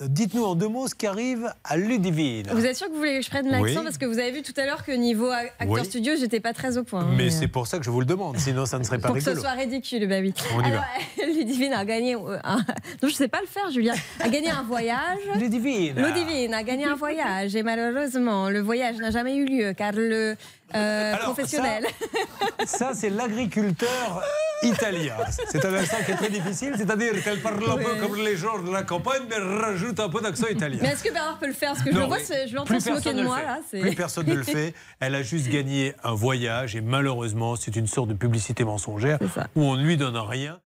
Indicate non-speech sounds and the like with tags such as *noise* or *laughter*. Dites-nous en deux mots ce qui arrive à Ludivine. Vous êtes sûr que vous voulez que je prenne l'accent Oui. Parce que vous avez vu tout à l'heure que niveau a- acteur Oui. studio, j'étais pas très au point. hein. Mais c'est pour ça que je vous le demande, sinon ça ne serait pas Pour que ce rigolo. soit ridicule, bah oui. On y va. Alors, *laughs* Ludivine a gagné. euh, un- *laughs* Non, je sais pas le faire, Julien. A gagné un voyage. Ah. Ludivine. Ludivine a gagné un voyage et malheureusement, le voyage n'a jamais eu lieu car le euh, Alors, professionnel. Ça, c'est l'agriculteur italien. C'est un accent qui est très difficile, c'est-à-dire qu'elle parle un peu Oui. comme les gens de la campagne, mais elle rajoute un peu d'accent italien. Mais est-ce que Bernard peut le faire Parce que je Non, le vois, mais se- je l'entends plus se moquer personne de ne le moi fait. là. c'est- Plus personne ne le fait. Elle a juste gagné un voyage et malheureusement, c'est une sorte de publicité mensongère C'est ça. où on ne lui donne rien.